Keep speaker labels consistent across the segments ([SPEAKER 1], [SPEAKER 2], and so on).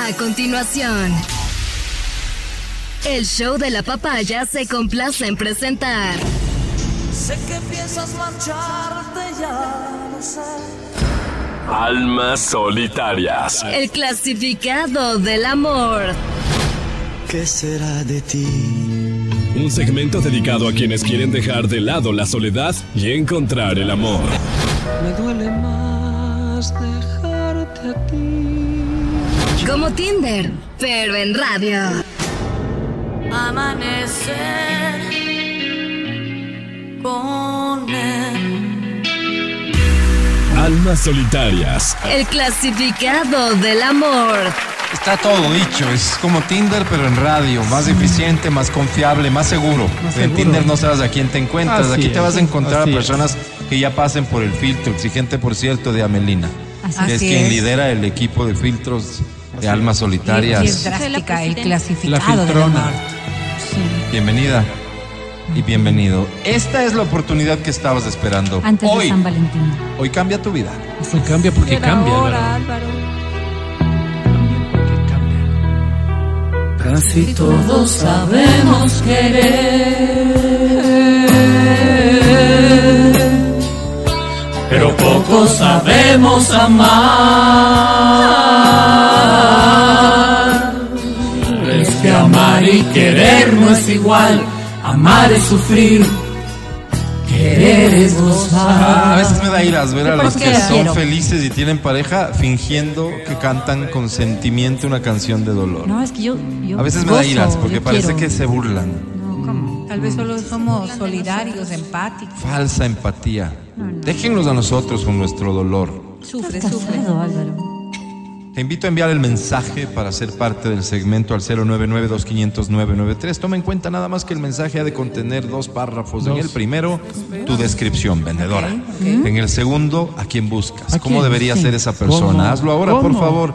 [SPEAKER 1] A continuación, el show de la papaya se complace en presentar.
[SPEAKER 2] Sé que piensas marcharte ya, no sé.
[SPEAKER 3] Almas solitarias.
[SPEAKER 1] El clasificado del amor.
[SPEAKER 4] ¿Qué será de ti?
[SPEAKER 3] Un segmento dedicado a quienes quieren dejar de lado la soledad y encontrar el amor.
[SPEAKER 2] Me duele más dejarte a ti.
[SPEAKER 1] Como Tinder, pero en radio.
[SPEAKER 5] Amanecer con él.
[SPEAKER 3] Almas solitarias.
[SPEAKER 1] El clasificado del amor.
[SPEAKER 6] Está todo dicho, es como Tinder pero en radio, más eficiente, más confiable, más seguro. en Tinder no sabes a quién te encuentras,
[SPEAKER 7] Así
[SPEAKER 6] aquí te
[SPEAKER 7] es,
[SPEAKER 6] vas a encontrar a
[SPEAKER 7] así es.
[SPEAKER 6] personas que ya pasen por el filtro, exigente por cierto, de Amelina, que es
[SPEAKER 8] Así
[SPEAKER 6] quien
[SPEAKER 8] es.
[SPEAKER 6] lidera el equipo de filtros de almas
[SPEAKER 8] Y es
[SPEAKER 6] solitarias.
[SPEAKER 8] drástica, el
[SPEAKER 6] La
[SPEAKER 8] clasificado del
[SPEAKER 6] filtrona.
[SPEAKER 8] amor.
[SPEAKER 6] Bienvenida y bienvenido. Esta es la oportunidad que estabas esperando.
[SPEAKER 8] Antes de
[SPEAKER 6] Hoy,
[SPEAKER 8] San Valentín.
[SPEAKER 6] hoy cambia tu vida.
[SPEAKER 7] Hoy cambia porque cambia.
[SPEAKER 5] Ahora,
[SPEAKER 7] Álvaro.
[SPEAKER 5] Álvaro.
[SPEAKER 4] Casi
[SPEAKER 2] Todos sabemos querer. Pero poco sabemos amar. Ah, Es que amar y querer no es igual. Amar es sufrir. Querer es
[SPEAKER 6] Ah,
[SPEAKER 2] gozar.
[SPEAKER 6] A veces me da iras ver a los
[SPEAKER 8] Ah. por
[SPEAKER 6] que
[SPEAKER 8] qué?
[SPEAKER 6] son
[SPEAKER 8] Quiero.
[SPEAKER 6] felices y tienen pareja fingiendo que cantan con sentimiento una canción de dolor.
[SPEAKER 8] No, es que yo. yo
[SPEAKER 6] A veces me da
[SPEAKER 8] gozo,
[SPEAKER 6] iras porque
[SPEAKER 8] yo
[SPEAKER 6] parece
[SPEAKER 8] quiero.
[SPEAKER 6] que se burlan.
[SPEAKER 8] No, ¿cómo? Tal vez solo somos solidarios, empáticos.
[SPEAKER 6] Falsa empatía. Déjennos a nosotros con nuestro dolor.
[SPEAKER 8] Sufre, sufre. Álvaro.
[SPEAKER 6] Te invito a enviar el mensaje para ser parte del segmento al 099-2500-993. Toma en cuenta nada más que el mensaje ha de contener dos párrafos. En el primero, tu descripción, vendedora. En el segundo, a quién buscas.
[SPEAKER 7] ¿A
[SPEAKER 6] ¿Cómo
[SPEAKER 7] quién?
[SPEAKER 6] debería
[SPEAKER 7] Sí.
[SPEAKER 6] ser esa persona?
[SPEAKER 7] ¿Cómo?
[SPEAKER 6] Hazlo ahora, por
[SPEAKER 7] ¿Cómo?
[SPEAKER 6] favor.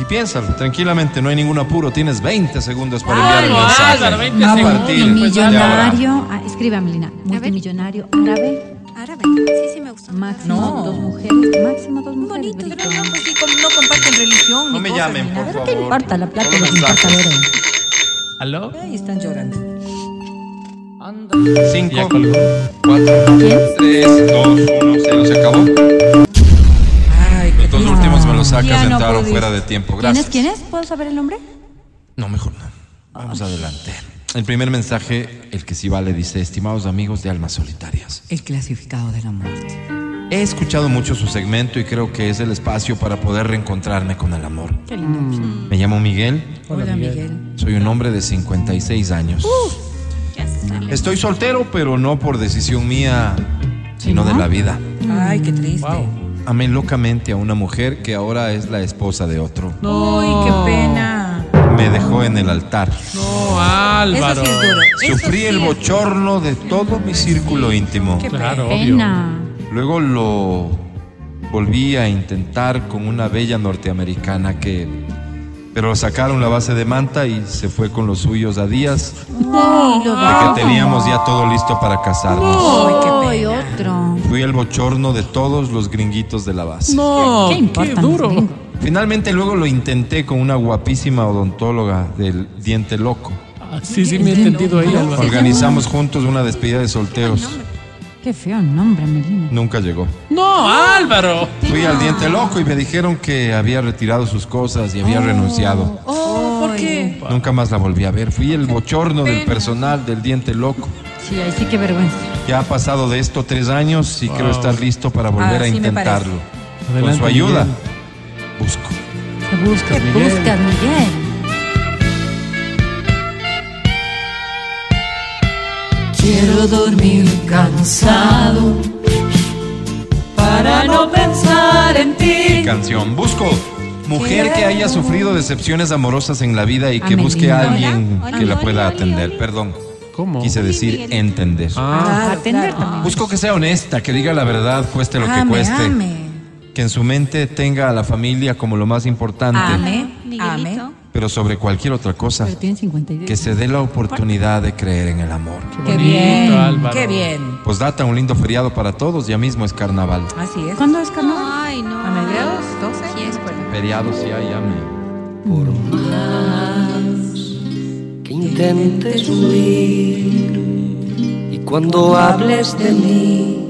[SPEAKER 6] Y piénsalo tranquilamente, no hay ningún apuro. Tienes 20 segundos para enviar el
[SPEAKER 7] Álvaro,
[SPEAKER 6] mensaje.
[SPEAKER 7] Álvaro, 20
[SPEAKER 6] a
[SPEAKER 7] segundos,
[SPEAKER 6] partir
[SPEAKER 7] pues,
[SPEAKER 6] de ahora.
[SPEAKER 8] Millonario. Ah, escribe, Melina. Multimillonario árabe.
[SPEAKER 9] Árabe. Sí, sí me gusta.
[SPEAKER 8] Máximo
[SPEAKER 7] No.
[SPEAKER 8] dos mujeres. Máximo dos
[SPEAKER 9] Muy
[SPEAKER 8] mujeres.
[SPEAKER 9] bonito, pero
[SPEAKER 8] Brito.
[SPEAKER 9] no, pues sí, con-
[SPEAKER 5] No comparten religión.
[SPEAKER 6] No
[SPEAKER 5] ni
[SPEAKER 6] me
[SPEAKER 5] cosas,
[SPEAKER 6] llamen,
[SPEAKER 5] ni
[SPEAKER 6] por
[SPEAKER 5] nada.
[SPEAKER 8] Pero
[SPEAKER 6] favor.
[SPEAKER 8] ¿Qué importa la plata?
[SPEAKER 6] Solo
[SPEAKER 8] Lo que importa
[SPEAKER 6] mensajes.
[SPEAKER 8] ver ahí.
[SPEAKER 7] ¿Aló?
[SPEAKER 5] Ahí están llorando.
[SPEAKER 7] Ya
[SPEAKER 6] 5,
[SPEAKER 7] colgó.
[SPEAKER 6] 4, 3, 2, 1, 0. Se acabó.
[SPEAKER 5] Ay, qué
[SPEAKER 6] Los dos últimos me los sacas,
[SPEAKER 5] Ya no
[SPEAKER 6] entraron
[SPEAKER 5] pudiste.
[SPEAKER 6] fuera de tiempo.
[SPEAKER 8] ¿Quién es?
[SPEAKER 6] Gracias.
[SPEAKER 8] ¿Quién es? ¿Puedo saber el nombre?
[SPEAKER 6] No, mejor no. Vamos adelante. El primer mensaje, el que sí vale, dice, estimados amigos de Almas Solitarias.
[SPEAKER 5] El clasificado de la muerte.
[SPEAKER 6] He escuchado mucho su segmento y creo que es el espacio para poder reencontrarme con el amor.
[SPEAKER 5] Qué lindo.
[SPEAKER 6] Me llamo Miguel,
[SPEAKER 5] Hola, Miguel.
[SPEAKER 6] soy un hombre de 56 años. Estoy soltero, pero no por decisión mía, sino de la vida.
[SPEAKER 5] Ay, qué triste.
[SPEAKER 6] Amé locamente a una mujer que ahora es la esposa de otro.
[SPEAKER 5] Uy, qué pena.
[SPEAKER 6] Me dejó en el altar.
[SPEAKER 7] No, Álvaro.
[SPEAKER 5] Eso sí es duro. Eso
[SPEAKER 6] Sufrí
[SPEAKER 5] sí
[SPEAKER 6] el
[SPEAKER 5] es-
[SPEAKER 6] bochorno de todo mi círculo íntimo.
[SPEAKER 5] Qué
[SPEAKER 7] Claro, obvio.
[SPEAKER 8] Pena.
[SPEAKER 6] Luego lo volví a intentar con una bella norteamericana que... Pero sacaron la base de manta y se fue con los suyos a días
[SPEAKER 8] No.
[SPEAKER 6] de que teníamos ya todo listo para casarnos.
[SPEAKER 5] Ay,
[SPEAKER 8] Ay,
[SPEAKER 5] qué pena.
[SPEAKER 8] otro.
[SPEAKER 6] Fui el bochorno de todos los gringuitos de la base.
[SPEAKER 7] No,
[SPEAKER 8] ¿Qué
[SPEAKER 7] qué,
[SPEAKER 8] importa?
[SPEAKER 7] duro.
[SPEAKER 8] Los gringos.
[SPEAKER 6] Finalmente luego lo intenté con una guapísima odontóloga del diente loco.
[SPEAKER 7] Ah, Sí, sí, me he entendido ahí, Álvaro.
[SPEAKER 6] Organizamos juntos una despedida de solteros.
[SPEAKER 8] Qué feo nombre, Melina.
[SPEAKER 6] Nunca llegó.
[SPEAKER 7] No, Álvaro.
[SPEAKER 6] Fui al diente loco y me dijeron que había retirado sus cosas y había renunciado.
[SPEAKER 5] Oh, ¿por qué?
[SPEAKER 6] Nunca más la volví a ver. Fui el bochorno del personal del diente loco.
[SPEAKER 8] Sí, ahí sí que vergüenza.
[SPEAKER 6] Ya ha pasado de esto tres años y creo estar listo para volver a
[SPEAKER 5] Así me
[SPEAKER 6] intentarlo. Con
[SPEAKER 7] Adelante,
[SPEAKER 6] su ayuda,
[SPEAKER 7] Miguel.
[SPEAKER 6] busco.
[SPEAKER 8] Te buscas,
[SPEAKER 7] Miguel.
[SPEAKER 8] buscas, Miguel.
[SPEAKER 2] Quiero dormir cansado para no pensar en ti.
[SPEAKER 6] Canción, busco. Mujer que haya sufrido decepciones amorosas en la vida y que
[SPEAKER 8] Amelina.
[SPEAKER 6] busque a alguien
[SPEAKER 9] Hola,
[SPEAKER 6] que la
[SPEAKER 9] hola,
[SPEAKER 6] pueda
[SPEAKER 9] hola,
[SPEAKER 6] atender.
[SPEAKER 9] hola.
[SPEAKER 6] Perdón,
[SPEAKER 7] ¿Cómo?
[SPEAKER 6] quise decir entender.
[SPEAKER 7] Ah,
[SPEAKER 8] Atender también.
[SPEAKER 6] Busco que sea honesta, que diga la verdad, cueste lo
[SPEAKER 8] Ah,
[SPEAKER 6] que
[SPEAKER 5] Ame,
[SPEAKER 6] cueste.
[SPEAKER 5] ame.
[SPEAKER 6] Que en su mente tenga a la familia como lo más importante.
[SPEAKER 5] Ame, ame.
[SPEAKER 9] Miguelito.
[SPEAKER 6] pero sobre cualquier otra cosa,
[SPEAKER 8] Ah, Pero tiene 52.
[SPEAKER 6] que se dé la oportunidad de creer en el amor.
[SPEAKER 5] Qué
[SPEAKER 7] bonito,
[SPEAKER 5] bien.
[SPEAKER 7] Álvaro.
[SPEAKER 5] Qué bien.
[SPEAKER 6] Pues data un lindo feriado para todos, ya mismo es carnaval.
[SPEAKER 5] Así es.
[SPEAKER 8] ¿Cuándo es carnaval?
[SPEAKER 9] Ay, no.
[SPEAKER 5] ¿A mediados? ¿12?
[SPEAKER 9] Sí, es por-
[SPEAKER 6] Feriado sí hay, ya me-
[SPEAKER 4] por más que intentes huir. Y cuando hables de mí,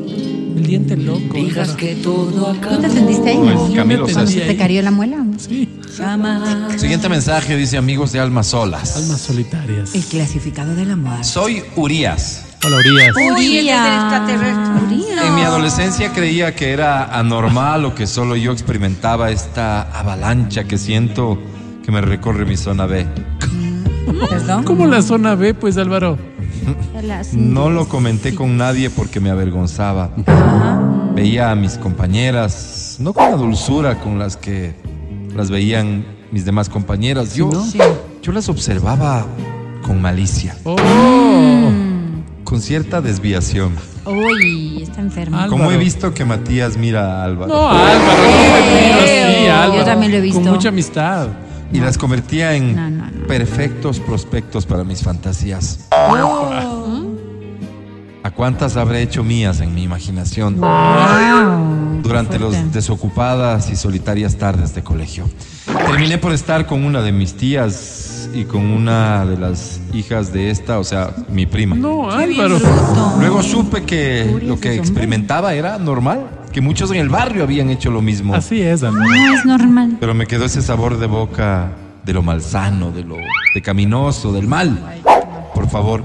[SPEAKER 7] El diente loco.
[SPEAKER 4] digas que todo
[SPEAKER 8] ¿Tú te
[SPEAKER 4] acabó.
[SPEAKER 8] sentiste ahí?
[SPEAKER 6] No, es Camilo
[SPEAKER 7] Yo me
[SPEAKER 6] Sesto.
[SPEAKER 7] tendí
[SPEAKER 8] ¿Te carió la muela?
[SPEAKER 7] Sí,
[SPEAKER 4] Jamás.
[SPEAKER 6] Siguiente mensaje dice amigos de almas solas.
[SPEAKER 7] almas solitarias.
[SPEAKER 8] El clasificado de la muerte.
[SPEAKER 6] Soy Urias.
[SPEAKER 7] Hola, Urias.
[SPEAKER 5] Uriel es el extraterrestre.
[SPEAKER 6] En mi adolescencia creía que era anormal o que solo yo experimentaba esta avalancha que siento que me recorre mi zona B.
[SPEAKER 8] ¿Perdón?
[SPEAKER 7] ¿Cómo la zona B, pues, Álvaro?
[SPEAKER 6] No lo comenté con nadie porque me avergonzaba. Veía a mis compañeras, no con la dulzura con las que las veían mis demás compañeras. Yo, yo las observaba con malicia,
[SPEAKER 7] Oh,
[SPEAKER 8] Mm.
[SPEAKER 6] con cierta desviación.
[SPEAKER 8] Uy, está enferma.
[SPEAKER 7] Al-
[SPEAKER 6] Como he
[SPEAKER 7] Álvaro.
[SPEAKER 6] visto que Matías mira a Álvaro.
[SPEAKER 7] no, Álvaro. no me pidas así,
[SPEAKER 8] Yo
[SPEAKER 7] Álvaro.
[SPEAKER 8] también lo he visto.
[SPEAKER 7] Con mucha amistad.
[SPEAKER 6] y las convertía en
[SPEAKER 8] No, no, no.
[SPEAKER 6] perfectos prospectos para mis fantasías.
[SPEAKER 8] Oh.
[SPEAKER 6] ¿A cuántas habré hecho mías en mi imaginación
[SPEAKER 8] Wow.
[SPEAKER 6] durante las desocupadas y solitarias tardes de colegio? Terminé por estar con una de mis tías y con una de las hijas de esta, o sea, mi prima.
[SPEAKER 7] No, Álvaro.
[SPEAKER 6] Luego supe que lo que experimentaba era normal, que muchos en el barrio habían hecho lo mismo.
[SPEAKER 7] Así es, Álvaro.
[SPEAKER 8] No es normal.
[SPEAKER 6] Pero me quedó ese sabor de boca de lo malsano, de lo pecaminoso, del mal. Por favor,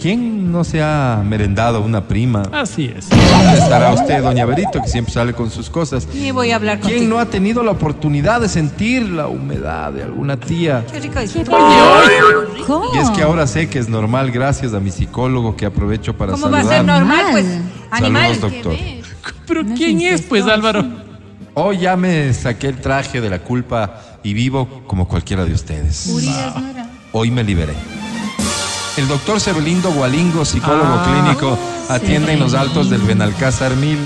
[SPEAKER 6] ¿quién no se ha merendado una prima?
[SPEAKER 7] Así es.
[SPEAKER 6] ¿Dónde estará usted, doña Berito, que siempre sale con sus cosas?
[SPEAKER 5] Ni voy a hablar
[SPEAKER 6] ¿Quién
[SPEAKER 5] contigo.
[SPEAKER 6] no ha tenido la oportunidad de sentir la humedad de alguna tía?
[SPEAKER 5] Qué rico es.
[SPEAKER 8] ¿Cómo?
[SPEAKER 6] Y es
[SPEAKER 5] Oh.
[SPEAKER 6] que ahora sé que es normal gracias a mi psicólogo que aprovecho para
[SPEAKER 5] ¿Cómo va
[SPEAKER 6] saludar.
[SPEAKER 5] a ser normal? Pues, animal.
[SPEAKER 6] Saludos, doctor.
[SPEAKER 7] ¿Pero quién es, pues, Álvaro?
[SPEAKER 6] Hoy Oh, ya me saqué el traje de la culpa y vivo como cualquiera de ustedes. Hoy me liberé. El doctor Cerlindo Gualingo, psicólogo clínico, atiende en los altos del Benalcázar Mil.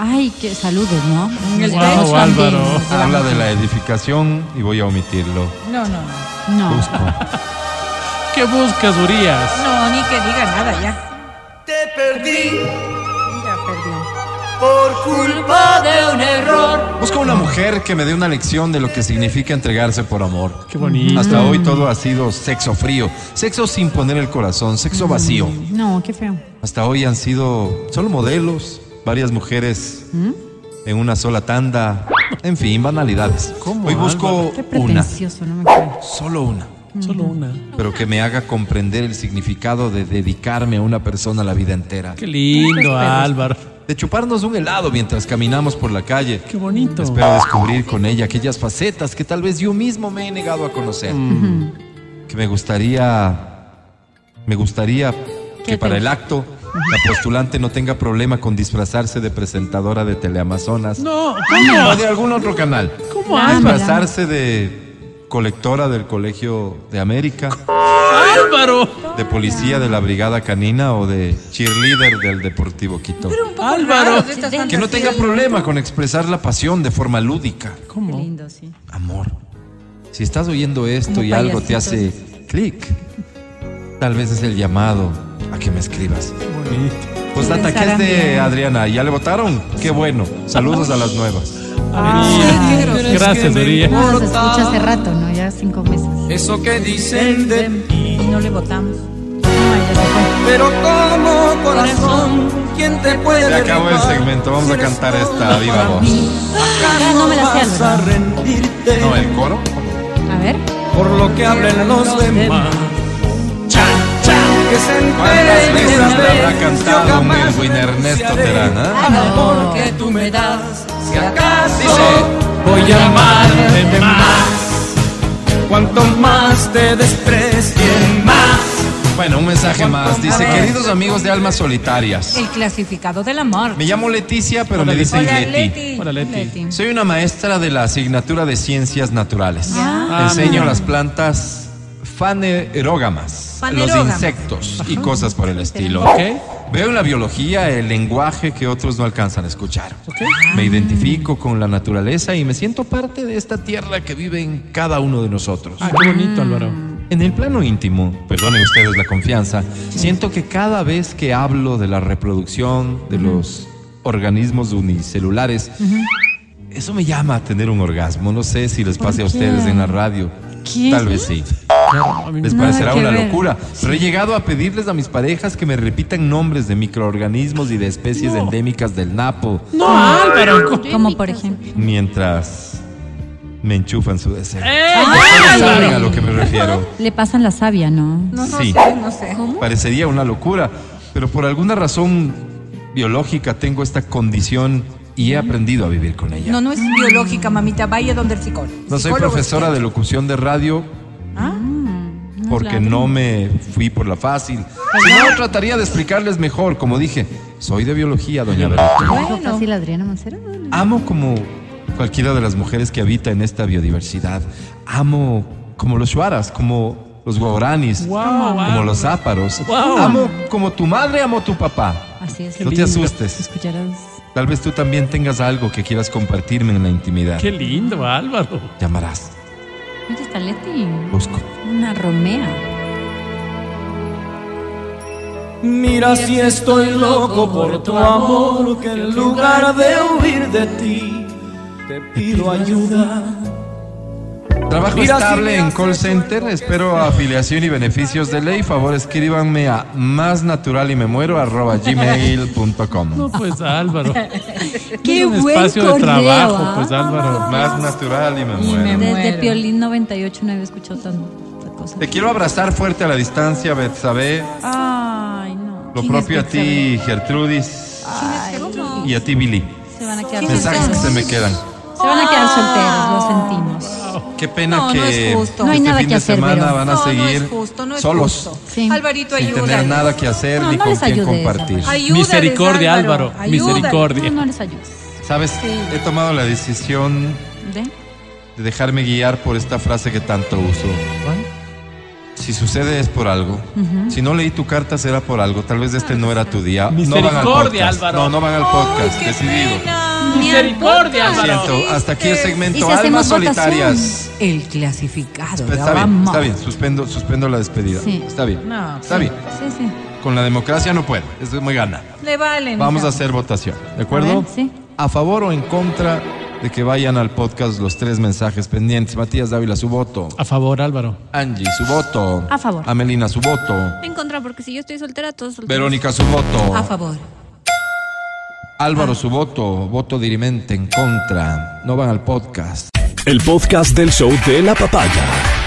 [SPEAKER 8] Ay, qué saludos, ¿no?
[SPEAKER 5] el
[SPEAKER 7] Wow,
[SPEAKER 5] pecho
[SPEAKER 7] Álvaro.
[SPEAKER 6] Habla de la edificación y voy a omitirlo.
[SPEAKER 5] No, no, no.
[SPEAKER 8] No.
[SPEAKER 6] Busco.
[SPEAKER 7] ¿Qué buscas, Urias?
[SPEAKER 5] No, ni que diga nada ya.
[SPEAKER 9] Te perdí
[SPEAKER 5] Ya perdió.
[SPEAKER 9] por culpa de un error.
[SPEAKER 6] Busco una mujer que me dé una lección de lo que significa entregarse por amor.
[SPEAKER 7] Qué bonito.
[SPEAKER 6] Hasta hoy todo ha sido sexo frío, sexo sin poner el corazón, sexo vacío.
[SPEAKER 8] No, qué feo.
[SPEAKER 6] Hasta hoy han sido solo modelos, varias mujeres
[SPEAKER 8] ¿Mm?
[SPEAKER 6] en una sola tanda, en fin, banalidades. hoy busco
[SPEAKER 8] Qué
[SPEAKER 6] una,
[SPEAKER 8] pretencioso, no me creo.
[SPEAKER 6] solo una,
[SPEAKER 7] Solo una.
[SPEAKER 6] pero que me haga comprender el significado de dedicarme a una persona la vida entera.
[SPEAKER 7] Qué lindo, Álvaro.
[SPEAKER 6] De chuparnos un helado mientras caminamos por la calle.
[SPEAKER 7] Qué bonito.
[SPEAKER 6] Espero descubrir con ella aquellas facetas que tal vez yo mismo me he negado a conocer.
[SPEAKER 7] Mm.
[SPEAKER 6] Que me gustaría, me gustaría que para el acto la postulante no tenga problema con disfrazarse de presentadora de Teleamazonas
[SPEAKER 7] No,
[SPEAKER 6] o
[SPEAKER 7] ¿cómo?
[SPEAKER 6] de algún otro canal. Ah,
[SPEAKER 7] ¿Cómo, Álvaro?
[SPEAKER 6] Disfrazarse de colectora del Colegio de América,
[SPEAKER 7] Álvaro.
[SPEAKER 6] de policía de la Brigada Canina o de cheerleader del Deportivo Quito.
[SPEAKER 5] Un poco
[SPEAKER 7] Álvaro.
[SPEAKER 5] raros estas
[SPEAKER 6] Que no
[SPEAKER 5] fantasías.
[SPEAKER 6] tenga problema con expresar la pasión de forma lúdica.
[SPEAKER 7] ¿Cómo?
[SPEAKER 8] Lindo, sí.
[SPEAKER 6] Amor, si estás oyendo esto
[SPEAKER 8] Como
[SPEAKER 6] y algo te hace
[SPEAKER 8] payasitos.
[SPEAKER 6] clic, tal vez es el llamado a que me escribas.
[SPEAKER 7] Qué bonito.
[SPEAKER 6] Pues data que es
[SPEAKER 8] Pensarán
[SPEAKER 6] de
[SPEAKER 8] bien.
[SPEAKER 6] Adriana. ¿Ya le votaron? Qué bueno. Saludos a las nuevas.
[SPEAKER 7] Ay, Gracias, Urias.
[SPEAKER 8] No, nos escucha hace rato, ¿no? Ya cinco meses.
[SPEAKER 9] Eso que dicen de mí,
[SPEAKER 8] No le votamos.
[SPEAKER 9] pero como corazón, ¿quién te puede
[SPEAKER 6] Se acabó el
[SPEAKER 9] derribar?
[SPEAKER 6] segmento. Vamos a
[SPEAKER 9] Si eres
[SPEAKER 6] cantar
[SPEAKER 9] todo
[SPEAKER 6] esta viva
[SPEAKER 9] para
[SPEAKER 6] voz.
[SPEAKER 9] mí.
[SPEAKER 8] Ya no me la sé,
[SPEAKER 9] Vas a
[SPEAKER 8] Álvaro.
[SPEAKER 9] rendirte
[SPEAKER 6] No, el coro.
[SPEAKER 8] A ver.
[SPEAKER 9] por lo que hablen los demás. Que se
[SPEAKER 6] ¿Cuántas
[SPEAKER 9] enteren
[SPEAKER 6] veces
[SPEAKER 9] de una
[SPEAKER 6] la habrá
[SPEAKER 9] vez, yo
[SPEAKER 6] cantado un
[SPEAKER 9] jamás
[SPEAKER 6] Edwin Ernesto
[SPEAKER 9] renunciaré
[SPEAKER 6] Terán? ah?
[SPEAKER 9] al amor que tú me das, si acaso
[SPEAKER 7] Voy a amarte más.
[SPEAKER 9] cuanto más te desprecien más.
[SPEAKER 6] Bueno, un mensaje más. Dice, queridos amigos de almas solitarias.
[SPEAKER 8] El clasificado del amor.
[SPEAKER 6] Me llamo Leticia, pero me
[SPEAKER 7] Hola,
[SPEAKER 6] dicen
[SPEAKER 5] Hola,
[SPEAKER 6] Leti.
[SPEAKER 5] Leti.
[SPEAKER 7] Hola, Leti.
[SPEAKER 6] Soy una maestra de la asignatura de ciencias naturales.
[SPEAKER 8] Ah,
[SPEAKER 5] Ah,
[SPEAKER 6] Enseño las plantas fanerógamas, los
[SPEAKER 5] Fanerógamas.
[SPEAKER 6] insectos y cosas por el estilo.
[SPEAKER 7] Ok.
[SPEAKER 6] Veo en la biología el lenguaje que otros no alcanzan a escuchar.
[SPEAKER 7] Ok.
[SPEAKER 6] Me identifico con la naturaleza y me siento parte de esta tierra que vive en cada uno de nosotros.
[SPEAKER 7] Ah, qué bonito, Álvaro.
[SPEAKER 6] En el plano íntimo, perdonen ustedes la confianza, siento que cada vez que hablo de la reproducción de los organismos unicelulares, Eso me llama a tener un orgasmo. No sé si les pase a ustedes en la radio.
[SPEAKER 8] ¿Qué?
[SPEAKER 6] Tal vez sí.
[SPEAKER 7] Claro, a mí
[SPEAKER 6] Les
[SPEAKER 7] me-
[SPEAKER 8] Nada
[SPEAKER 6] parecerá
[SPEAKER 8] que
[SPEAKER 6] una
[SPEAKER 8] ver.
[SPEAKER 6] locura. Pero he llegado a pedirles a mis parejas que me repitan nombres de microorganismos y de especies endémicas del Napo
[SPEAKER 7] No, Álvaro. co-
[SPEAKER 8] Como por ejemplo.
[SPEAKER 6] mientras me enchufan su deseo.
[SPEAKER 8] ¡Eh! Ay,
[SPEAKER 6] ¿Saben a lo que me refiero?
[SPEAKER 8] Le pasan la savia, ¿no?
[SPEAKER 5] No, no
[SPEAKER 6] Sí.
[SPEAKER 5] sé, no sé.
[SPEAKER 6] Parecería una locura, pero por alguna razón biológica tengo esta condición y he aprendido a vivir con ella.
[SPEAKER 5] No, no es biológica, mamita. Vaya donde el psicólogo.
[SPEAKER 6] No soy
[SPEAKER 5] Psicólogo, Ah,
[SPEAKER 6] profesora de locución de radio porque no me fui por la fácil.
[SPEAKER 5] Pues
[SPEAKER 6] Si no, trataría de explicarles mejor. Como dije, soy de biología, doña Berta.
[SPEAKER 8] Bueno.
[SPEAKER 10] Fácil, Adriana Mancera.
[SPEAKER 6] Amo como cualquiera de las mujeres que habita en esta biodiversidad. Amo como los shuaras, como los guaranis,
[SPEAKER 7] Wow,
[SPEAKER 6] como
[SPEAKER 7] wow.
[SPEAKER 6] los áparos.
[SPEAKER 7] Wow.
[SPEAKER 6] Amo como tu madre, amo tu papá.
[SPEAKER 8] Así es.
[SPEAKER 6] No te asustes.
[SPEAKER 8] Escucharás.
[SPEAKER 6] Tal vez tú también tengas algo que quieras compartirme en la intimidad.
[SPEAKER 7] Qué lindo, Álvaro.
[SPEAKER 6] Llamarás.
[SPEAKER 5] Este
[SPEAKER 8] ¿Dónde está Leti?
[SPEAKER 6] Busco.
[SPEAKER 8] Una Romea.
[SPEAKER 9] Mira si estoy loco por tu amor, que en lugar de huir de ti, te pido ayuda.
[SPEAKER 6] Trabajo
[SPEAKER 9] Mira,
[SPEAKER 6] estable
[SPEAKER 9] sí,
[SPEAKER 6] en
[SPEAKER 9] mira,
[SPEAKER 6] call
[SPEAKER 9] sí,
[SPEAKER 6] center.
[SPEAKER 9] sí,
[SPEAKER 6] Espero afiliación y beneficios de ley. Favor, escríbanme a más natural y me muero arroba
[SPEAKER 7] No,
[SPEAKER 6] gmail.com.
[SPEAKER 7] pues Álvaro.
[SPEAKER 8] Qué
[SPEAKER 7] Este Es un
[SPEAKER 8] buen
[SPEAKER 7] espacio de
[SPEAKER 8] correo,
[SPEAKER 7] trabajo,
[SPEAKER 8] ¿ah?
[SPEAKER 7] pues Álvaro.
[SPEAKER 6] Más natural y me
[SPEAKER 5] me
[SPEAKER 6] muero.
[SPEAKER 5] muero.
[SPEAKER 8] Desde
[SPEAKER 5] Bueno.
[SPEAKER 8] Piolín 98 no había escuchado tanta cosa.
[SPEAKER 6] Te quiero abrazar fuerte a la distancia, Betsabe.
[SPEAKER 5] Ah,
[SPEAKER 8] Ay, no.
[SPEAKER 6] Lo
[SPEAKER 8] ¿Quién
[SPEAKER 6] propio a
[SPEAKER 8] escucha?
[SPEAKER 6] ti, Gertrudis.
[SPEAKER 8] Ay,
[SPEAKER 5] Ah.
[SPEAKER 8] no.
[SPEAKER 6] Y a ti, Billy.
[SPEAKER 8] Se van a quedar
[SPEAKER 6] Mensajes que
[SPEAKER 8] solteros.
[SPEAKER 6] se me quedan.
[SPEAKER 8] Se van a quedar
[SPEAKER 5] Ah.
[SPEAKER 8] solteros, lo sentimos.
[SPEAKER 6] Qué pena
[SPEAKER 5] No, no
[SPEAKER 6] que
[SPEAKER 5] es justo.
[SPEAKER 8] No hay
[SPEAKER 6] este
[SPEAKER 8] nada
[SPEAKER 6] fin
[SPEAKER 8] que
[SPEAKER 6] de
[SPEAKER 8] hacer,
[SPEAKER 6] semana
[SPEAKER 8] Vero.
[SPEAKER 6] van a
[SPEAKER 5] No,
[SPEAKER 6] seguir
[SPEAKER 5] no es justo, no es
[SPEAKER 6] solos.
[SPEAKER 5] justo.
[SPEAKER 8] Sí.
[SPEAKER 5] Alvarito,
[SPEAKER 6] sin
[SPEAKER 5] ayúdale.
[SPEAKER 6] tener nada que hacer
[SPEAKER 8] No,
[SPEAKER 6] ni
[SPEAKER 8] no
[SPEAKER 6] con
[SPEAKER 8] les
[SPEAKER 6] quién
[SPEAKER 8] ayudes,
[SPEAKER 6] compartir.
[SPEAKER 5] Ayúdales,
[SPEAKER 7] Misericordia, Álvaro.
[SPEAKER 5] ayúdales.
[SPEAKER 7] Misericordia.
[SPEAKER 8] No, no les ayudes.
[SPEAKER 6] Sabes, he tomado la decisión
[SPEAKER 8] ¿De?
[SPEAKER 6] de dejarme guiar por esta frase que tanto uso. Si sucede es por algo. Si no leí tu carta será por algo. Tal vez
[SPEAKER 5] Ah,
[SPEAKER 6] este no era tu día. No van al
[SPEAKER 7] Misericordia,
[SPEAKER 6] podcast.
[SPEAKER 7] Álvaro.
[SPEAKER 6] No, no van al podcast. Decidido.
[SPEAKER 7] Misericordia,
[SPEAKER 6] Lo
[SPEAKER 7] Álvaro.
[SPEAKER 6] siento.
[SPEAKER 5] Este,
[SPEAKER 6] Hasta aquí el
[SPEAKER 8] ¿Y
[SPEAKER 6] segmento
[SPEAKER 8] si
[SPEAKER 6] Almas
[SPEAKER 8] hacemos votación?
[SPEAKER 6] Solitarias.
[SPEAKER 4] El clasificado.
[SPEAKER 6] Pues está bien, está bien. Suspendo, suspendo la despedida.
[SPEAKER 8] Sí.
[SPEAKER 6] Está bien.
[SPEAKER 5] No,
[SPEAKER 6] Está bien.
[SPEAKER 8] Sí, sí.
[SPEAKER 6] Con la democracia no puedo. Esto es muy gana.
[SPEAKER 5] le valen.
[SPEAKER 6] Vamos a
[SPEAKER 5] hija.
[SPEAKER 6] hacer votación. ¿De acuerdo?
[SPEAKER 8] A ver, sí.
[SPEAKER 6] a favor o en contra de que vayan al podcast los tres mensajes pendientes. Matías Dávila, su voto.
[SPEAKER 7] A favor, Álvaro.
[SPEAKER 6] Angie, su voto.
[SPEAKER 8] A favor.
[SPEAKER 6] Amelina, su voto.
[SPEAKER 10] En contra, porque si yo estoy soltera, todos solteros.
[SPEAKER 6] Verónica, su voto.
[SPEAKER 8] A favor. Ah.
[SPEAKER 6] Álvaro, su voto. Voto dirimente en contra. No van al podcast.
[SPEAKER 3] El podcast del show de la papaya.